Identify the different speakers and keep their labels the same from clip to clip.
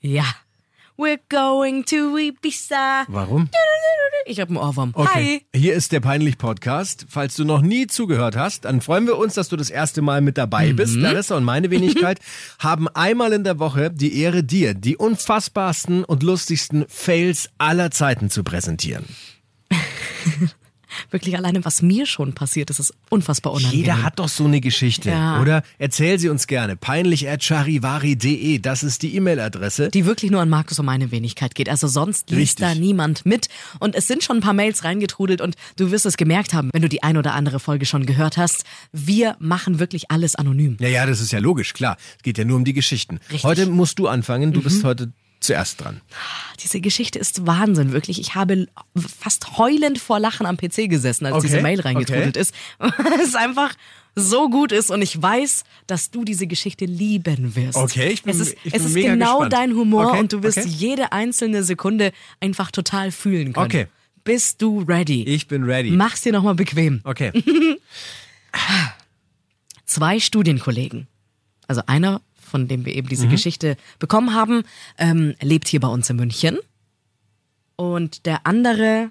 Speaker 1: Ja. We're going to Ibiza.
Speaker 2: Warum?
Speaker 1: Ich hab einen Ohrwurm.
Speaker 2: Okay. Hier ist der Peinlich Podcast. Falls du noch nie zugehört hast, dann freuen wir uns, dass du das erste Mal mit dabei
Speaker 1: Mhm.
Speaker 2: bist. Larissa und meine Wenigkeit haben einmal in der Woche die Ehre, dir die unfassbarsten und lustigsten Fails aller Zeiten zu präsentieren.
Speaker 1: Hi. Wirklich alleine, was mir schon passiert ist, ist unfassbar unangenehm.
Speaker 2: Jeder hat doch so eine Geschichte,
Speaker 1: Ja.
Speaker 2: oder? Erzähl sie uns gerne. Peinlich@charivari.de, das ist die E-Mail-Adresse.
Speaker 1: die wirklich nur an Markus und meine Wenigkeit geht. Also sonst liest
Speaker 2: Richtig.
Speaker 1: da niemand mit. Und es sind schon ein paar Mails reingetrudelt und du wirst es gemerkt haben, wenn du die ein oder andere Folge schon gehört hast. Wir machen wirklich alles anonym.
Speaker 2: Ja, ja, das ist ja logisch, klar. Es geht ja nur um die Geschichten. Heute musst du anfangen, du
Speaker 1: Mhm.
Speaker 2: bist heute zuerst dran.
Speaker 1: Diese Geschichte ist Wahnsinn, wirklich. Ich habe fast heulend vor Lachen am PC gesessen, als
Speaker 2: Okay,
Speaker 1: diese Mail reingetrudelt
Speaker 2: okay.
Speaker 1: ist. Weil es einfach so gut ist und ich weiß, dass du diese Geschichte lieben wirst.
Speaker 2: Okay, ich bin-
Speaker 1: es ist,
Speaker 2: ich
Speaker 1: es
Speaker 2: bin
Speaker 1: ist
Speaker 2: mega
Speaker 1: genau
Speaker 2: gespannt.
Speaker 1: dein Humor
Speaker 2: Okay,
Speaker 1: und du wirst
Speaker 2: okay.
Speaker 1: jede einzelne Sekunde einfach total fühlen können.
Speaker 2: Okay.
Speaker 1: Bist du ready?
Speaker 2: Ich bin ready.
Speaker 1: Mach's dir nochmal bequem.
Speaker 2: Okay.
Speaker 1: zwei Studienkollegen, also einer, von dem wir eben diese Geschichte bekommen haben, ähm, lebt hier bei uns in München. Und der andere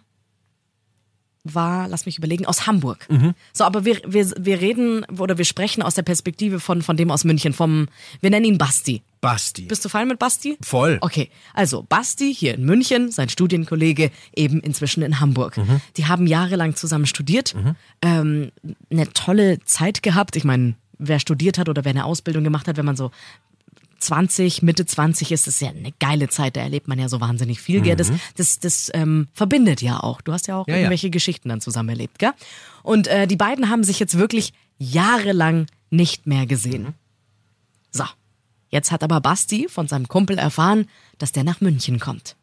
Speaker 1: war, lass mich überlegen, aus Hamburg. So, aber wir, wir, wir reden oder wir sprechen aus der Perspektive von, von dem aus München, vom, wir nennen ihn Basti.
Speaker 2: Basti.
Speaker 1: Bist du fein mit Basti?
Speaker 2: Voll.
Speaker 1: Okay, also Basti hier in München, sein Studienkollege eben inzwischen in Hamburg. Die haben jahrelang zusammen studiert, ähm, eine tolle Zeit gehabt. Ich meine, wer studiert hat oder wer eine Ausbildung gemacht hat, wenn man so 20, Mitte 20 ist, ist ja eine geile Zeit, da erlebt man ja so wahnsinnig viel. Gell? Das, das, das ähm, verbindet ja auch. Du hast Mhm. ja auch
Speaker 2: Ja, ja.
Speaker 1: irgendwelche Geschichten dann zusammen erlebt, gell? Und äh, die beiden haben sich jetzt wirklich jahrelang nicht mehr gesehen. So, jetzt hat aber Basti von seinem Kumpel erfahren, dass der nach München kommt.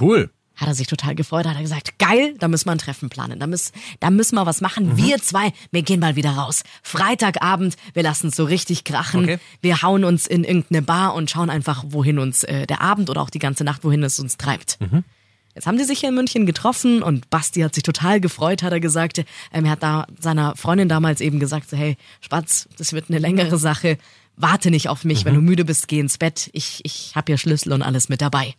Speaker 2: Cool.
Speaker 1: Hat er sich total gefreut, hat er gesagt, geil, da müssen wir ein Treffen planen, da, müssen, da müssen wir was machen. Wir zwei, wir gehen mal wieder raus. Freitagabend, wir lassen es so richtig krachen.
Speaker 2: Okay.
Speaker 1: Wir hauen uns in irgendeine Bar und schauen einfach, wohin uns äh, der Abend oder auch die ganze Nacht, wohin es uns treibt. Jetzt haben die sich hier in München getroffen und Basti hat sich total gefreut, hat er gesagt. Ähm, er hat da seiner Freundin damals eben gesagt, so, hey, Spatz, das wird eine längere Sache. Warte nicht auf mich, wenn du müde bist, geh ins Bett. Ich, ich hab hier Schlüssel und alles mit dabei.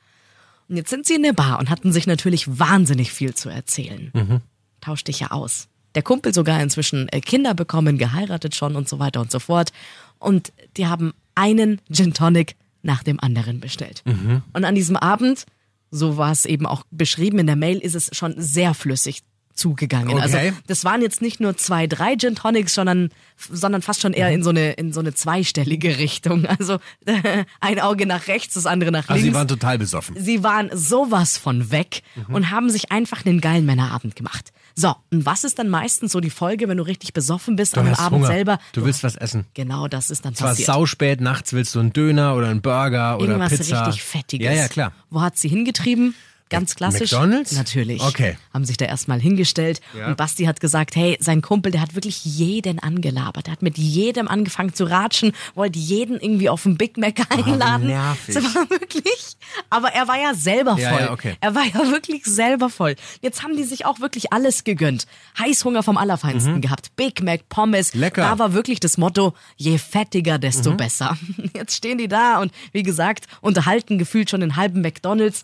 Speaker 1: Und jetzt sind sie in der Bar und hatten sich natürlich wahnsinnig viel zu erzählen.
Speaker 2: Mhm.
Speaker 1: Tauscht dich ja aus. Der Kumpel sogar inzwischen äh, Kinder bekommen, geheiratet schon und so weiter und so fort. Und die haben einen Gin Tonic nach dem anderen bestellt.
Speaker 2: Mhm.
Speaker 1: Und an diesem Abend, so war es eben auch beschrieben in der Mail, ist es schon sehr flüssig zugegangen. Also
Speaker 2: Okay.
Speaker 1: das waren jetzt nicht nur zwei, drei Gin Tonics, sondern, sondern fast schon
Speaker 2: Mhm.
Speaker 1: eher in so eine, in so eine zweistellige Richtung. Also ein Auge nach rechts, das andere nach
Speaker 2: Also
Speaker 1: links
Speaker 2: sie waren total besoffen.
Speaker 1: sie waren sowas von weg
Speaker 2: Mhm.
Speaker 1: und haben sich einfach einen geilen Männerabend gemacht. So, und was ist dann meistens so die Folge, wenn du richtig besoffen bist am Abend selber?
Speaker 2: Du willst was essen.
Speaker 1: Genau, das ist dann
Speaker 2: Es war
Speaker 1: passiert.
Speaker 2: sauspät, nachts willst du einen Döner oder einen Burger oder
Speaker 1: Irgendwas
Speaker 2: Pizza.
Speaker 1: richtig Fettiges.
Speaker 2: Ja, ja, klar.
Speaker 1: Wo hat sie hingetrieben? Ganz klassisch.
Speaker 2: McDonald's?
Speaker 1: Natürlich.
Speaker 2: Okay.
Speaker 1: Haben sich da erstmal hingestellt. Und Basti hat gesagt, hey, sein Kumpel, der hat wirklich jeden angelabert. Der hat mit jedem angefangen zu ratschen, wollte jeden irgendwie auf einen Big Mac einladen.
Speaker 2: Ah, nervig.
Speaker 1: Das war wirklich. Aber er war ja selber voll.
Speaker 2: Ja, ja, okay.
Speaker 1: Er war ja wirklich selber voll. Jetzt haben die sich auch wirklich alles gegönnt. Heißhunger vom Allerfeinsten gehabt. Big Mac, Pommes.
Speaker 2: Lecker.
Speaker 1: Da war wirklich das Motto, je fettiger, desto besser. Jetzt stehen die da und wie gesagt, unterhalten gefühlt schon den halben McDonalds.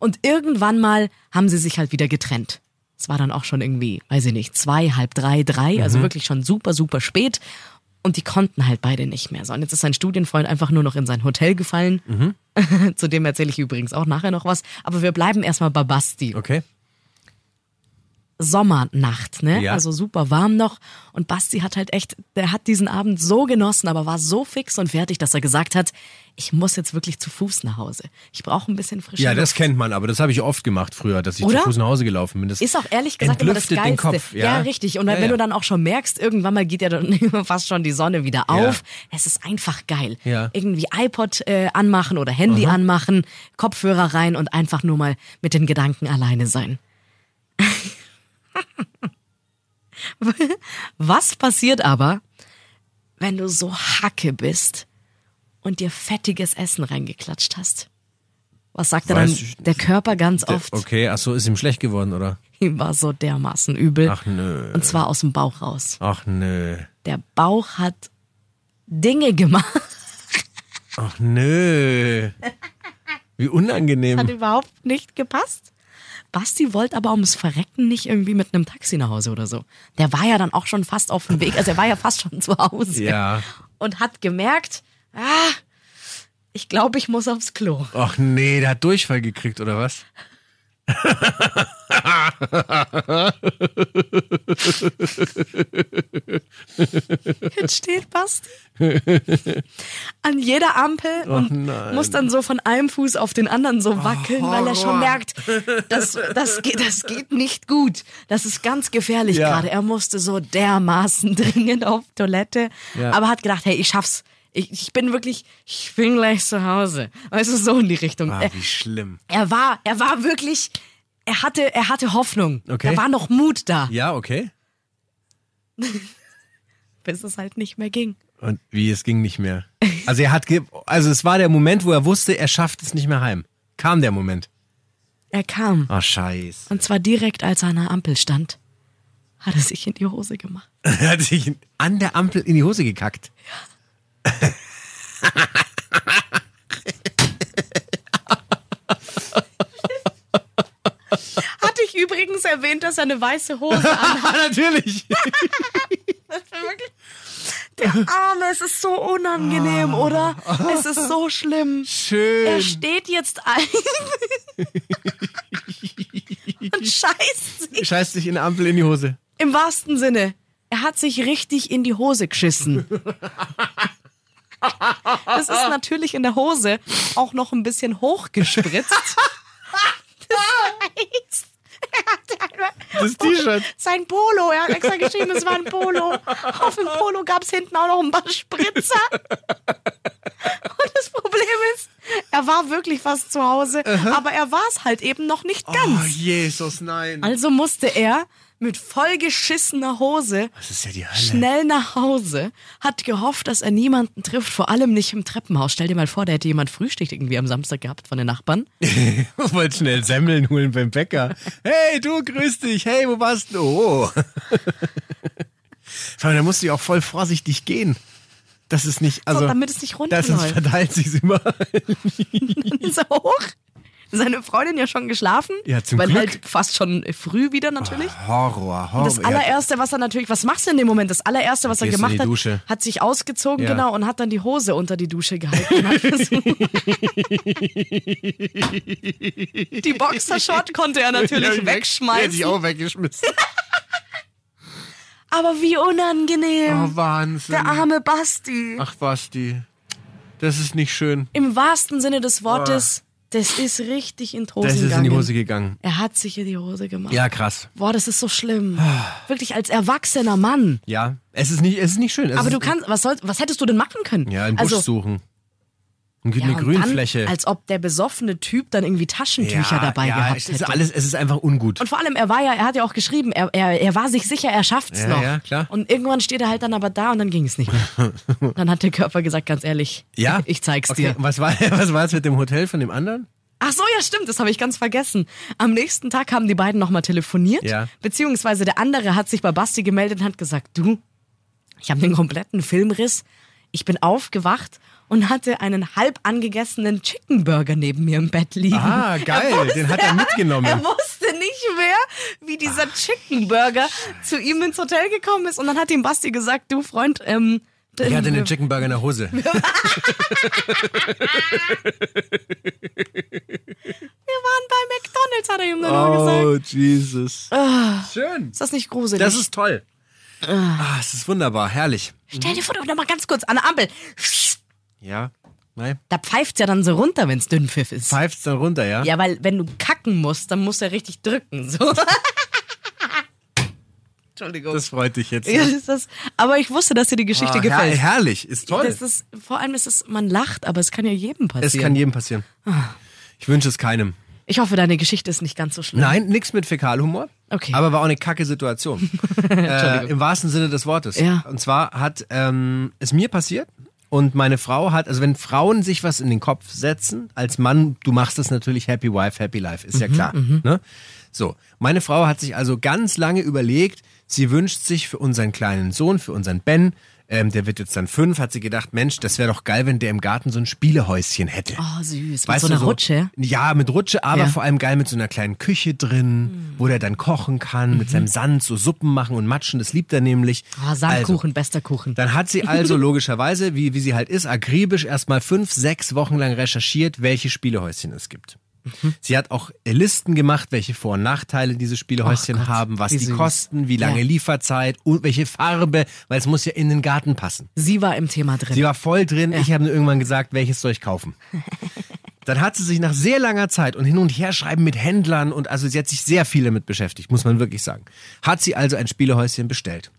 Speaker 1: Und irgendwann mal haben sie sich halt wieder getrennt. Es war dann auch schon irgendwie, weiß ich nicht, zwei, halb drei, drei, also wirklich schon super, super spät. Und die konnten halt beide nicht mehr. So, und jetzt ist sein Studienfreund einfach nur noch in sein Hotel gefallen. Zu dem erzähle ich übrigens auch nachher noch was. Aber wir bleiben erstmal bei Basti.
Speaker 2: Okay.
Speaker 1: Sommernacht, ne?
Speaker 2: Ja.
Speaker 1: Also super warm noch. Und Basti hat halt echt, der hat diesen Abend so genossen, aber war so fix und fertig, dass er gesagt hat, ich muss jetzt wirklich zu Fuß nach Hause. Ich brauche ein bisschen frische
Speaker 2: Ja, das
Speaker 1: Luft.
Speaker 2: kennt man, aber das habe ich oft gemacht früher, dass ich
Speaker 1: Oder?
Speaker 2: zu Fuß nach Hause gelaufen bin. Das
Speaker 1: Ist auch ehrlich gesagt immer das
Speaker 2: entlüftet
Speaker 1: Geilste.
Speaker 2: den Kopf. Ja,
Speaker 1: richtig. Und
Speaker 2: Ja,
Speaker 1: wenn
Speaker 2: ja.
Speaker 1: du dann auch schon merkst, irgendwann mal geht ja dann fast schon die Sonne wieder auf. Es ist einfach geil.
Speaker 2: Ja.
Speaker 1: Irgendwie iPod äh, anmachen oder Handy anmachen, Kopfhörer rein und einfach nur mal mit den Gedanken alleine sein. Was passiert aber, wenn du so Hacke bist und dir fettiges Essen reingeklatscht hast? Was sagt er
Speaker 2: Weiß
Speaker 1: dann
Speaker 2: ich nicht.
Speaker 1: der Körper ganz
Speaker 2: Der- oh
Speaker 1: oft?
Speaker 2: Okay, ach so, ist ihm schlecht geworden, oder?
Speaker 1: Ihm war so dermaßen übel.
Speaker 2: Ach äh. nö.
Speaker 1: Und zwar aus dem Bauch raus.
Speaker 2: Ach nö.
Speaker 1: Der Bauch hat Dinge gemacht,
Speaker 2: Ach nö. Wie
Speaker 1: hat
Speaker 2: unangenehm.
Speaker 1: überhaupt nicht gepasst. Basti wollte aber ums Verrecken nicht irgendwie mit einem Taxi nach Hause oder so. Der war ja dann auch schon fast auf dem Weg, also er war ja fast schon zu Hause.
Speaker 2: Ja.
Speaker 1: Und hat gemerkt, ah, ich glaube, ich muss aufs Klo.
Speaker 2: Ach nee, der hat Durchfall gekriegt, oder was?
Speaker 1: Jetzt steht Basti an jeder Ampel und muss dann so von einem Fuß auf den anderen so wackeln, weil er schon merkt, das, das, geht, das geht nicht gut. Das ist ganz gefährlich
Speaker 2: Ja.
Speaker 1: gerade. Er musste so dermaßen dringend auf Toilette,
Speaker 2: Ja.
Speaker 1: aber hat gedacht, hey, ich schaff's. Ich, ich bin wirklich, ich bin gleich zu Hause. Weißt du, so in die Richtung.
Speaker 2: Ah,
Speaker 1: Er-
Speaker 2: wie schlimm.
Speaker 1: Er war, er war wirklich, er hatte, er hatte Hoffnung.
Speaker 2: Okay.
Speaker 1: Da war noch Mut da,
Speaker 2: Ja, okay.
Speaker 1: bis es halt nicht mehr ging.
Speaker 2: Und wie, es ging nicht mehr. Also er hat, ge also es war der Moment, wo er wusste, er schafft es nicht mehr heim. Kam der Moment.
Speaker 1: Er kam.
Speaker 2: Ach, scheiße.
Speaker 1: Und zwar direkt, als er an der Ampel stand, hat er sich in die Hose gemacht.
Speaker 2: Er hat sich an der Ampel in die Hose gekackt.
Speaker 1: Hatte ich übrigens erwähnt, dass er eine weiße Hose hat.
Speaker 2: Ah, natürlich.
Speaker 1: Der Arme, es ist so unangenehm, oder? Es ist so Ah. schlimm. Er
Speaker 2: Schön.
Speaker 1: steht jetzt ein und scheißt sich.
Speaker 2: Scheiß dich in der Ampel in die Hose.
Speaker 1: Im wahrsten Sinne. Er hat sich richtig in die Hose geschissen. Das ist natürlich in der Hose auch noch ein bisschen hochgespritzt. Das heißt, er hat einfach
Speaker 2: Das T-Shirt.
Speaker 1: Sein Polo, er hat extra geschrieben, es war ein Polo. Auf dem Polo gab es hinten auch noch ein paar Spritzer. Und das Problem ist, er war wirklich fast zu Hause, aber er war es halt eben noch nicht
Speaker 2: Oh,
Speaker 1: ganz.
Speaker 2: Jesus, nein.
Speaker 1: Also musste er mit vollgeschissener Hose
Speaker 2: Das ist ja die Hölle.
Speaker 1: schnell nach Hause, hat gehofft, dass er niemanden trifft, vor allem nicht im Treppenhaus. Stell dir mal vor, da hätte jemand Frühstück irgendwie am Samstag gehabt von den Nachbarn.
Speaker 2: Ich wollte schnell Semmeln holen beim Bäcker. Hey, du, grüß dich. Hey, wo warst du? Oh. Vor allem, da musst du ja auch voll vorsichtig gehen. Das ist nicht, also.
Speaker 1: so, damit es nicht
Speaker 2: das ist,
Speaker 1: runterläuft.
Speaker 2: verteilt sich immer.
Speaker 1: ist er hoch. Seine Freundin ja schon geschlafen.
Speaker 2: Ja, zum
Speaker 1: weil
Speaker 2: Glück. Ah,
Speaker 1: halt fast schon früh wieder natürlich.
Speaker 2: Horror, Horror.
Speaker 1: Das allererste, was er natürlich, was machst du in dem Moment? Das allererste, was er
Speaker 2: oh, Gehst in die
Speaker 1: gemacht hat,
Speaker 2: Dusche.
Speaker 1: hat sich ausgezogen,
Speaker 2: Ja.
Speaker 1: genau, und hat dann die Hose unter die Dusche gehalten. und hat versucht- die Boxershort konnte er natürlich
Speaker 2: Hätte ich
Speaker 1: wegschmeißen.
Speaker 2: auch weggeschmissen.
Speaker 1: Aber wie unangenehm.
Speaker 2: Oh, Wahnsinn.
Speaker 1: Der arme Basti.
Speaker 2: Ach, Basti. Das ist nicht schön.
Speaker 1: Im wahrsten Sinne des Wortes, das ist richtig in die Hose
Speaker 2: Ah. Das ist in die
Speaker 1: gegangen.
Speaker 2: Hose gegangen.
Speaker 1: Er hat sich in die Hose gemacht.
Speaker 2: Ja, krass.
Speaker 1: Boah, das ist so schlimm.
Speaker 2: Ah.
Speaker 1: Wirklich als erwachsener Mann.
Speaker 2: Ja, es ist nicht, es ist nicht schön. Es
Speaker 1: Aber
Speaker 2: ist,
Speaker 1: du kannst, was soll, was hättest du denn machen können?
Speaker 2: Also Ja, einen Busch
Speaker 1: also,
Speaker 2: suchen. Und
Speaker 1: ja,
Speaker 2: eine
Speaker 1: und
Speaker 2: Grünfläche.
Speaker 1: Dann, als ob der besoffene Typ dann irgendwie Taschentücher
Speaker 2: ja,
Speaker 1: dabei
Speaker 2: ja,
Speaker 1: gehabt
Speaker 2: es
Speaker 1: hätte.
Speaker 2: ist alles, es ist einfach ungut.
Speaker 1: und vor allem, er war ja, er hat ja auch geschrieben, er, er, er war sich sicher, er schafft's
Speaker 2: Ja,
Speaker 1: noch.
Speaker 2: ja, klar.
Speaker 1: Und irgendwann steht er halt dann aber da und dann ging es nicht mehr. dann hat der Körper gesagt, ganz ehrlich,
Speaker 2: ja,
Speaker 1: ich zeig's
Speaker 2: okay.
Speaker 1: dir.
Speaker 2: und Was war, was war jetzt mit dem Hotel von dem anderen?
Speaker 1: Ach so, ja, stimmt, das habe ich ganz vergessen. Am nächsten Tag haben die beiden nochmal telefoniert.
Speaker 2: Ja.
Speaker 1: Beziehungsweise der andere hat sich bei Basti gemeldet und hat gesagt, du, ich habe den kompletten Filmriss. Ich bin aufgewacht und hatte einen halb angegessenen Chicken Burger neben mir im Bett liegen.
Speaker 2: Ah, geil, den hat er mitgenommen.
Speaker 1: Er wusste nicht mehr, wie dieser Chicken Burger zu ihm ins Hotel gekommen ist. Und dann hat ihm Basti gesagt, du Freund, ähm,
Speaker 2: Ich hatte einen Chicken Burger in der Hose. Oh.
Speaker 1: wir waren bei McDonalds, hat er ihm dann auch gesagt. Ah.
Speaker 2: Jesus. Schön,
Speaker 1: Ist das nicht gruselig?
Speaker 2: Das ist toll. Ah, es ist wunderbar, herrlich.
Speaker 1: Stell dir vor, du noch mal ganz kurz an der Ampel.
Speaker 2: Ja, nein.
Speaker 1: Da pfeift's ja dann so runter, wenn's dünn Pfiff ist.
Speaker 2: Pfeift's dann runter, ja?
Speaker 1: Ja, weil wenn du kacken musst, dann musst du ja richtig drücken. So. Entschuldigung.
Speaker 2: Das freut dich jetzt.
Speaker 1: ja, das ist das. Aber ich wusste, dass dir die Geschichte
Speaker 2: Ah, her
Speaker 1: gefällt.
Speaker 2: herrlich, ist toll.
Speaker 1: das ist, vor allem ist es, man lacht, aber es kann ja jedem
Speaker 2: es
Speaker 1: passieren.
Speaker 2: kann jedem passieren.
Speaker 1: Ah.
Speaker 2: Ich wünsche es keinem.
Speaker 1: ich hoffe, deine Geschichte ist nicht ganz so schlimm.
Speaker 2: Nein, nichts mit Fäkalhumor.
Speaker 1: ne? Okay.
Speaker 2: Aber war auch eine kacke Situation. äh, Im wahrsten Sinne des Wortes.
Speaker 1: Ja.
Speaker 2: Und zwar hat ähm, es mir passiert und meine Frau hat, also wenn Frauen sich was in den Kopf setzen, als Mann, du machst das natürlich Happy Wife, Happy Life, ist
Speaker 1: Mhm,
Speaker 2: ja klar. Ne? So, meine Frau hat sich also ganz lange überlegt, sie wünscht sich für unseren kleinen Sohn, für unseren Ben, ähm, der wird jetzt dann fünf, hat sie gedacht, Mensch, das wäre doch geil, wenn der im Garten so ein Spielehäuschen hätte.
Speaker 1: Oh, süß. Mit
Speaker 2: Weißt
Speaker 1: so
Speaker 2: du,
Speaker 1: einer Rutsche.
Speaker 2: Ja, mit Rutsche, aber
Speaker 1: Ja. Mhm.
Speaker 2: vor allem geil mit so einer kleinen Küche drin, wo der dann kochen kann, mit seinem Sand so Suppen machen und matschen, das liebt er nämlich.
Speaker 1: Oh, Sandkuchen, bester Kuchen.
Speaker 2: Also, Dann hat sie also logischerweise, wie, wie sie halt ist, akribisch erstmal fünf, sechs Wochen lang recherchiert, welche Spielehäuschen es gibt.
Speaker 1: Mhm.
Speaker 2: Sie hat auch äh, Listen gemacht, welche Vor- und Nachteile diese Spielehäuschen
Speaker 1: Ach Oh Gott,
Speaker 2: haben, was
Speaker 1: wie
Speaker 2: die
Speaker 1: süß.
Speaker 2: kosten, wie lange
Speaker 1: Ja.
Speaker 2: Lieferzeit und welche Farbe, weil es muss ja in den Garten passen.
Speaker 1: Sie war im Thema drin.
Speaker 2: Sie war voll drin. Ich habe nur irgendwann gesagt, welches soll ich kaufen? Dann hat sie sich nach sehr langer Zeit und hin und her schreiben mit Händlern und also sie hat sich sehr viel damit beschäftigt, muss man wirklich sagen. Hat sie also ein Spielehäuschen bestellt.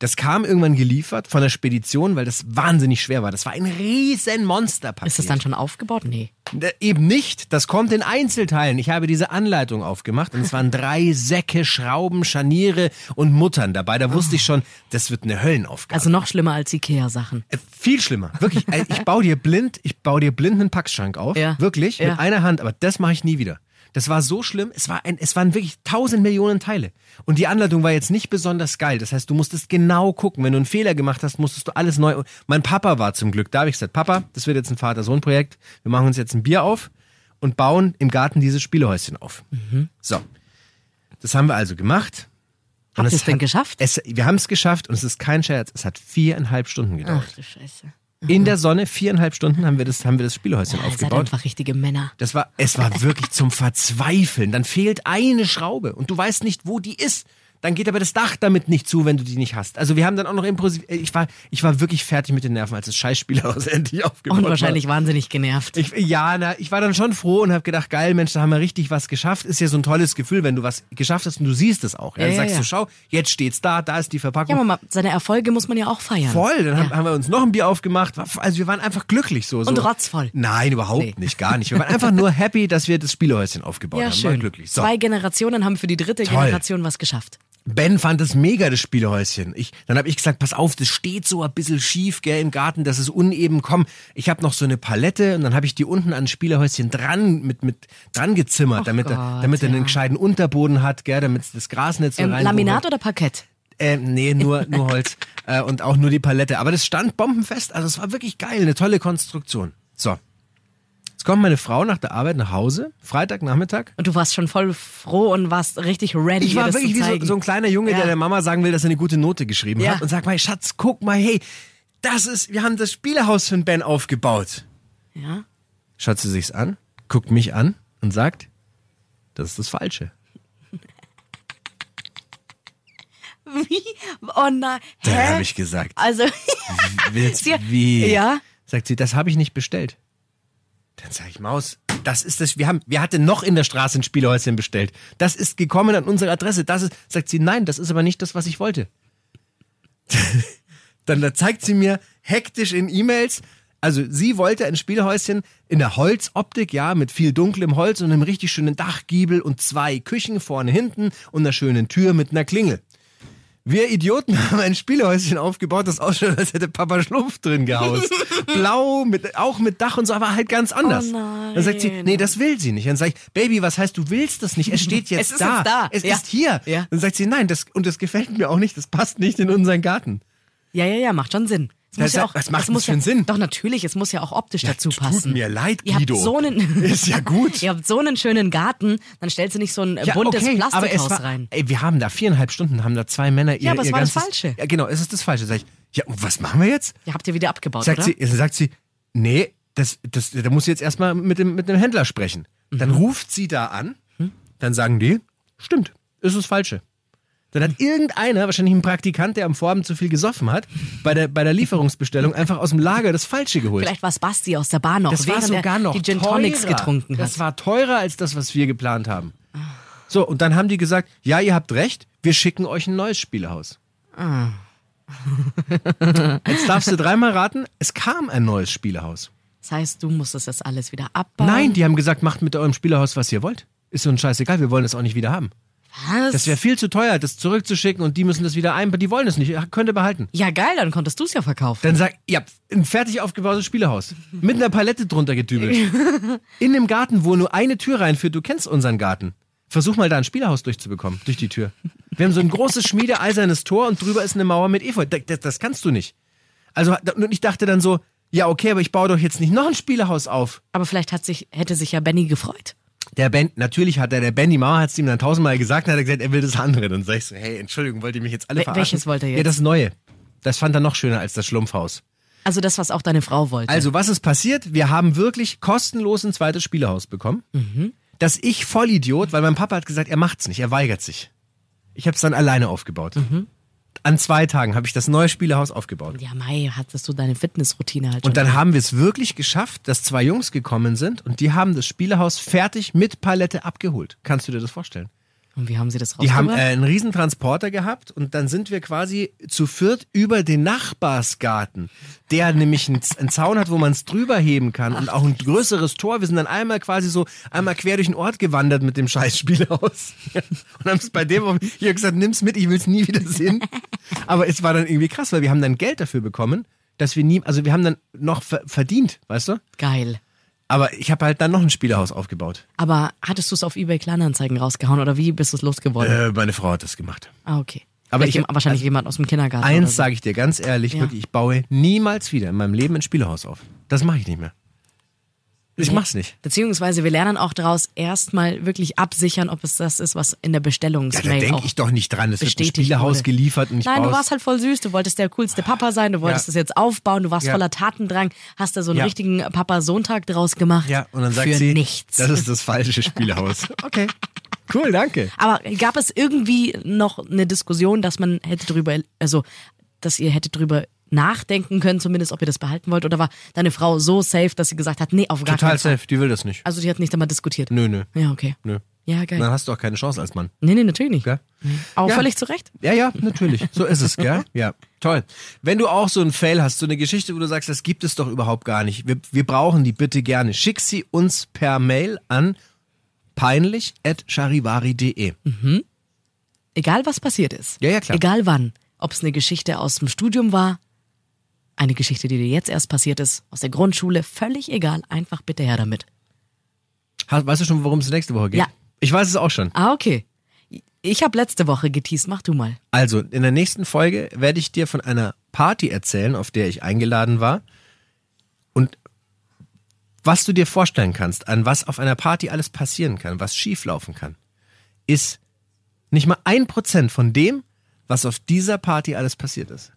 Speaker 2: Das kam irgendwann geliefert von der Spedition, weil das wahnsinnig schwer war. Das war ein riesen Monsterpaket.
Speaker 1: ist das dann schon aufgebaut? Nee.
Speaker 2: Äh, Eben nicht. Das kommt in Einzelteilen. Ich habe diese Anleitung aufgemacht und es waren drei Säcke, Schrauben, Scharniere und Muttern dabei. Da wusste ich schon, das wird eine Höllenaufgabe.
Speaker 1: Ah. Also noch schlimmer als Ikea-Sachen.
Speaker 2: Äh, Viel schlimmer. Wirklich. Äh, Ich baue dir blind, ich baue dir blind einen Packschrank auf.
Speaker 1: Ja.
Speaker 2: Wirklich.
Speaker 1: Ja.
Speaker 2: Mit einer Hand. Aber das mache ich nie wieder. Das war so schlimm. Es, war ein, es waren wirklich tausend Millionen Teile. Und die Anleitung war jetzt nicht besonders geil. Das heißt, du musstest genau gucken. Wenn du einen Fehler gemacht hast, musstest du alles neu. Mein Papa war zum Glück. Da habe ich gesagt, Papa, das wird jetzt ein Vater-Sohn-Projekt. Wir machen uns jetzt ein Bier auf und bauen im Garten dieses Spielehäuschen auf.
Speaker 1: Mhm.
Speaker 2: So. Das haben wir also gemacht. Und
Speaker 1: Habt ihr es denn
Speaker 2: hat-
Speaker 1: geschafft?
Speaker 2: Es, wir haben es geschafft und es ist kein Scherz. Es hat viereinhalb Stunden gedauert.
Speaker 1: Ach du Scheiße.
Speaker 2: In der Sonne, viereinhalb Stunden haben wir das, haben wir das Spielhäuschen
Speaker 1: Ihr seid
Speaker 2: aufgebaut.
Speaker 1: einfach richtige Männer.
Speaker 2: Das war, es war wirklich zum Verzweifeln. Dann fehlt eine Schraube und du weißt nicht, wo die ist. Dann geht aber das Dach damit nicht zu, wenn du die nicht hast. Also wir haben dann auch noch improvisiert. Ich war, ich war wirklich fertig mit den Nerven, als das Scheißspielhaus endlich aufgebaut
Speaker 1: Und
Speaker 2: war.
Speaker 1: wahrscheinlich wahnsinnig genervt.
Speaker 2: Ich, ja, na, ich war dann schon froh und habe gedacht, geil, Mensch, da haben wir richtig was geschafft. Ist ja so ein tolles Gefühl, wenn du was geschafft hast und du siehst es auch. Ja,
Speaker 1: Ja,
Speaker 2: dann
Speaker 1: ja,
Speaker 2: sagst
Speaker 1: ja.
Speaker 2: du, schau, jetzt steht's da, da ist die Verpackung.
Speaker 1: Ja, aber mal, seine Erfolge muss man ja auch feiern.
Speaker 2: Voll, dann haben,
Speaker 1: Ja.
Speaker 2: haben wir uns noch ein Bier aufgemacht. War- Also wir waren einfach glücklich so. so.
Speaker 1: Und rotzvoll.
Speaker 2: Nein, überhaupt
Speaker 1: Nee.
Speaker 2: nicht, gar nicht. Wir waren einfach nur happy, dass wir das Spielehäuschen aufgebaut
Speaker 1: Ja,
Speaker 2: haben. Waren
Speaker 1: schön.
Speaker 2: glücklich. So.
Speaker 1: Zwei Generationen haben für die dritte
Speaker 2: Toll.
Speaker 1: Generation was geschafft.
Speaker 2: Ben fand es mega, das Spielehäuschen. Ich, dann habe ich gesagt, pass auf, das steht so ein bisschen schief, gell, im Garten, das ist uneben. Komm, ich habe noch so eine Palette und dann habe ich die unten an das Spielehäuschen dran, mit, mit, dran gezimmert, damit, er,
Speaker 1: Gott,
Speaker 2: damit er
Speaker 1: ja.
Speaker 2: einen gescheiten Unterboden hat, gell, damit das Gras nicht so
Speaker 1: Ähm,
Speaker 2: rein.
Speaker 1: Laminat oder Parkett?
Speaker 2: Ähm, nee, nur, nur Holz äh, und auch nur die Palette. Aber das stand bombenfest. Also es war wirklich geil, eine tolle Konstruktion. So. Jetzt kommt meine Frau nach der Arbeit nach Hause, Freitagnachmittag.
Speaker 1: Und du warst schon voll froh und warst richtig ready,
Speaker 2: Ich
Speaker 1: ihr
Speaker 2: war
Speaker 1: das
Speaker 2: wirklich
Speaker 1: zu
Speaker 2: wie
Speaker 1: zeigen.
Speaker 2: so, so ein kleiner Junge,
Speaker 1: Ja.
Speaker 2: der der Mama sagen will, dass er eine gute Note geschrieben
Speaker 1: Ja.
Speaker 2: hat und sagt mal, Schatz, guck mal, hey, das ist, wir haben das Spielehaus für den Ben aufgebaut.
Speaker 1: ja?
Speaker 2: Schaut sie sich's an, guckt mich an und sagt, das ist das Falsche.
Speaker 1: Wie? Oh nein.
Speaker 2: Da
Speaker 1: Hä?
Speaker 2: habe ich gesagt.
Speaker 1: Also,
Speaker 2: Willst,
Speaker 1: Sie-
Speaker 2: wie?
Speaker 1: Ja?
Speaker 2: Sagt sie, das habe ich nicht bestellt. Dann sage ich, Maus, das ist das, wir haben, wir hatten noch in der Straße ein Spielhäuschen bestellt. Das ist gekommen an unsere Adresse. Das ist, sagt sie, nein, das ist aber nicht das, was ich wollte. Dann da zeigt sie mir hektisch in E-Mails, also sie wollte ein Spielhäuschen in der Holzoptik, ja, mit viel dunklem Holz und einem richtig schönen Dachgiebel und zwei Küchen vorne hinten und einer schönen Tür mit einer Klingel. Wir Idioten haben ein Spielhäuschen aufgebaut, das ausschaut, als hätte Papa Schlumpf drin gehaust. Blau, mit, auch mit Dach und so, aber halt ganz anders.
Speaker 1: Oh nein.
Speaker 2: Dann sagt sie, nee, das will sie nicht. Dann sage ich, Baby, was heißt, du willst das nicht? Es steht jetzt
Speaker 1: Es ist
Speaker 2: da.
Speaker 1: jetzt da.
Speaker 2: Es
Speaker 1: Ja.
Speaker 2: ist hier.
Speaker 1: Ja.
Speaker 2: Dann sagt sie, nein, das, und das gefällt mir auch nicht, das passt nicht in unseren Garten.
Speaker 1: ja, ja, ja, macht schon Sinn. Es
Speaker 2: Das-
Speaker 1: muss ja auch,
Speaker 2: was macht
Speaker 1: es
Speaker 2: denn
Speaker 1: muss
Speaker 2: für einen
Speaker 1: ja,
Speaker 2: Sinn?
Speaker 1: Doch, natürlich, es muss ja auch optisch dazu passen.
Speaker 2: Tut mir leid,
Speaker 1: Ihr habt
Speaker 2: Guido.
Speaker 1: so einen,
Speaker 2: Ist ja gut.
Speaker 1: Ihr habt so einen schönen Garten, dann stellst du nicht so ein äh,
Speaker 2: Ja,
Speaker 1: buntes
Speaker 2: okay, aber es
Speaker 1: Plastikhaus
Speaker 2: war,
Speaker 1: rein.
Speaker 2: Ey, wir haben da viereinhalb Stunden, haben da zwei Männer ihr,
Speaker 1: aber es
Speaker 2: ihr
Speaker 1: war das
Speaker 2: ganzes,
Speaker 1: Falsche.
Speaker 2: Ja, genau, es ist das Falsche. Sag ich, ja, und was machen wir jetzt?
Speaker 1: Ihr habt ihr wieder abgebaut,
Speaker 2: Sagt
Speaker 1: oder?
Speaker 2: sie, sagt sie, nee, das, das, da muss ich jetzt erstmal mit dem, mit dem Händler
Speaker 1: Mhm.
Speaker 2: sprechen. Dann ruft sie da an, dann sagen die, stimmt, ist das Falsche. Dann hat irgendeiner, wahrscheinlich ein Praktikant, der am Vorabend zu viel gesoffen hat, bei der, bei der Lieferungsbestellung einfach aus dem Lager das Falsche geholt.
Speaker 1: Vielleicht war es Basti aus der Bar noch,
Speaker 2: das war
Speaker 1: während er
Speaker 2: sogar noch
Speaker 1: die Gin Tonics
Speaker 2: teurer.
Speaker 1: getrunken hat.
Speaker 2: Das war teurer als das, was wir geplant haben. So, und dann haben die gesagt, ja, ihr habt recht, wir schicken euch ein neues Spielehaus.
Speaker 1: Ah.
Speaker 2: Jetzt darfst du dreimal raten, es kam ein neues Spielehaus.
Speaker 1: Das heißt, du musst das jetzt alles wieder abbauen.
Speaker 2: Nein, die haben gesagt, macht mit eurem Spielehaus, was ihr wollt. Ist uns scheißegal, wir wollen es auch nicht wieder haben.
Speaker 1: was?
Speaker 2: Das wäre viel zu teuer, das zurückzuschicken und die müssen das wieder ein, die wollen es nicht, könnt ihr behalten.
Speaker 1: ja, geil, dann konntest du es ja verkaufen.
Speaker 2: Dann sag, ja, ein fertig aufgebautes Spielehaus. Mit einer Palette drunter gedübelt. In dem Garten, wo nur eine Tür reinführt, du kennst unseren Garten. Versuch mal da ein Spielehaus durchzubekommen, durch die Tür. Wir haben so ein großes schmiedeeisernes Tor und drüber ist eine Mauer mit Efeu. Das, das, das kannst du nicht. Also, und ich dachte dann so, ja, okay, aber ich baue doch jetzt nicht noch ein Spielehaus auf.
Speaker 1: Aber vielleicht hat sich, hätte sich ja Benny gefreut.
Speaker 2: Der Ben, natürlich hat er, der Ben, die Mauer hat es ihm dann tausendmal gesagt und hat er gesagt, er will das andere. Dann sag ich so, hey, Entschuldigung, wollt ihr mich jetzt alle
Speaker 1: Wel-
Speaker 2: verarschen?
Speaker 1: welches wollt ihr jetzt?
Speaker 2: Ja, das Neue. Das fand er noch schöner als das Schlumpfhaus.
Speaker 1: Also das, was auch deine Frau wollte.
Speaker 2: Also, was ist passiert? Wir haben wirklich kostenlos ein zweites Spielehaus bekommen. Das ich Vollidiot, weil mein Papa hat gesagt, er macht's nicht, er weigert sich. Ich habe es dann alleine aufgebaut. An zwei Tagen habe ich das neue Spielehaus aufgebaut.
Speaker 1: ja, Mai, hattest du deine Fitnessroutine halt schon.
Speaker 2: Und dann haben wir es wirklich geschafft, dass zwei Jungs gekommen sind und die haben das Spielehaus fertig mit Palette abgeholt. Kannst du dir das vorstellen?
Speaker 1: Und wie haben sie das
Speaker 2: Die haben äh,
Speaker 1: rausgebracht?
Speaker 2: einen riesen Transporter gehabt und dann sind wir quasi zu viert über den Nachbarsgarten, der nämlich einen, Z- einen Zaun hat, wo man es drüber heben kann und auch ein größeres Tor. Wir sind dann einmal quasi so einmal quer durch den Ort gewandert mit dem Scheißspielhaus und haben es bei dem auf, ich hab gesagt, nimm's mit, ich will's nie wieder sehen. Aber es war dann irgendwie krass, weil wir haben dann Geld dafür bekommen, dass wir nie, also wir haben dann noch ver verdient, weißt du?
Speaker 1: Geil.
Speaker 2: Aber ich habe halt dann noch ein Spielehaus aufgebaut.
Speaker 1: Aber hattest du es auf eBay Kleinanzeigen rausgehauen oder wie bist du es losgeworden?
Speaker 2: Äh, meine Frau hat das gemacht.
Speaker 1: ah, okay.
Speaker 2: aber ich-
Speaker 1: Vielleicht
Speaker 2: also
Speaker 1: jem- wahrscheinlich jemand aus dem Kindergarten.
Speaker 2: Eins
Speaker 1: oder
Speaker 2: sage ich dir ganz ehrlich,
Speaker 1: Ja.
Speaker 2: wirklich, ich baue niemals wieder in meinem Leben ein Spielehaus auf. Das mache ich nicht mehr. Ich mach's nicht.
Speaker 1: so. Beziehungsweise wir lernen auch daraus erstmal wirklich absichern, ob es das ist, was in der Bestellungsmail
Speaker 2: denk
Speaker 1: auch
Speaker 2: doch nicht dran. Es
Speaker 1: bestätigt wurde. Nein, du warst halt voll süß. Du wolltest der coolste Papa sein. Du wolltest
Speaker 2: Ja.
Speaker 1: es jetzt aufbauen. Du warst
Speaker 2: Ja.
Speaker 1: voller Tatendrang. Hast da so einen
Speaker 2: Ja.
Speaker 1: richtigen Papa-Sohn-Tag draus gemacht.
Speaker 2: Ja, und dann sagt
Speaker 1: halt Für
Speaker 2: sie,
Speaker 1: nichts.
Speaker 2: das ist das falsche Spielehaus. okay. Cool, danke.
Speaker 1: Aber gab es irgendwie noch eine Diskussion, dass man hätte drüber, also, dass ihr hättet drüber nachdenken können, zumindest, ob ihr das behalten wollt? Oder war deine Frau so safe, dass sie gesagt hat, nee, auf gar
Speaker 2: Total
Speaker 1: keinen Fall?
Speaker 2: safe, die will das nicht.
Speaker 1: Also, die hat nicht einmal diskutiert.
Speaker 2: Nö, nö.
Speaker 1: Ja, okay.
Speaker 2: Nö.
Speaker 1: Ja, geil.
Speaker 2: Dann hast du auch keine Chance als Mann.
Speaker 1: Nee, nee, natürlich nicht.
Speaker 2: Gell?
Speaker 1: Aber
Speaker 2: Ja.
Speaker 1: völlig zu Recht.
Speaker 2: Ja, ja, natürlich. So ist es, gell? Ja. Toll. Wenn du auch so einen Fail hast, so eine Geschichte, wo du sagst, das gibt es doch überhaupt gar nicht. Wir, wir brauchen die bitte gerne. Schick sie uns per Mail an peinlich.charivari.de.
Speaker 1: Egal, was passiert ist.
Speaker 2: Ja, ja, klar.
Speaker 1: Egal wann. Ob es eine Geschichte aus dem Studium war, eine Geschichte, die dir jetzt erst passiert ist, aus der Grundschule, völlig egal. Einfach bitte her damit.
Speaker 2: Ha- Weißt du schon, worum es nächste Woche geht?
Speaker 1: Ja.
Speaker 2: Ich weiß es auch schon.
Speaker 1: Ah, okay. Ich habe letzte Woche geteased. Mach du mal.
Speaker 2: Also, in der nächsten Folge werde ich dir von einer Party erzählen, auf der ich eingeladen war. Und was du dir vorstellen kannst, an was auf einer Party alles passieren kann, was schieflaufen kann, ist nicht mal ein Prozent von dem, was auf dieser Party alles passiert ist.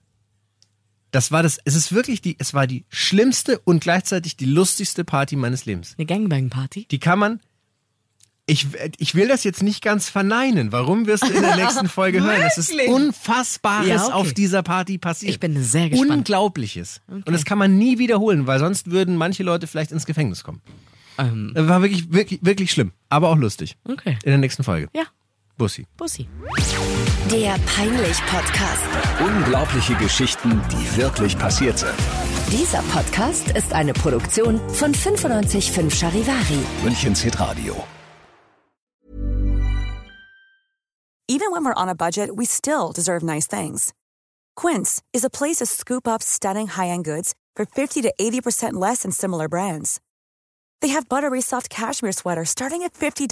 Speaker 2: Das war das, es ist wirklich die, es war die schlimmste und gleichzeitig die lustigste Party meines Lebens
Speaker 1: Eine Gangbang-Party.
Speaker 2: die kann man. Ich, ich will das jetzt nicht ganz verneinen. Warum wirst du in der nächsten Folge hören? Es ist Unfassbares
Speaker 1: Ja, okay.
Speaker 2: auf dieser Party passiert.
Speaker 1: Ich bin sehr gespannt.
Speaker 2: Unglaubliches. Und das kann man nie wiederholen, weil sonst würden manche Leute vielleicht ins Gefängnis kommen. Das War wirklich, wirklich, wirklich schlimm, aber auch lustig.
Speaker 1: Ähm. Okay.
Speaker 2: In der nächsten Folge.
Speaker 1: Ja,
Speaker 2: Bussi.
Speaker 1: Bussi.
Speaker 3: Der Peinlich-Podcast.
Speaker 4: Unglaubliche Geschichten, die wirklich passiert sind.
Speaker 3: Dieser Podcast ist eine Produktion von 955 Charivari.
Speaker 4: Münchens Hitradio.
Speaker 5: Even when we're on a budget, we still deserve nice things. Quince is a place to scoop up stunning high-end goods for 50 to 80% less than similar brands. They have buttery soft cashmere sweaters starting at $50,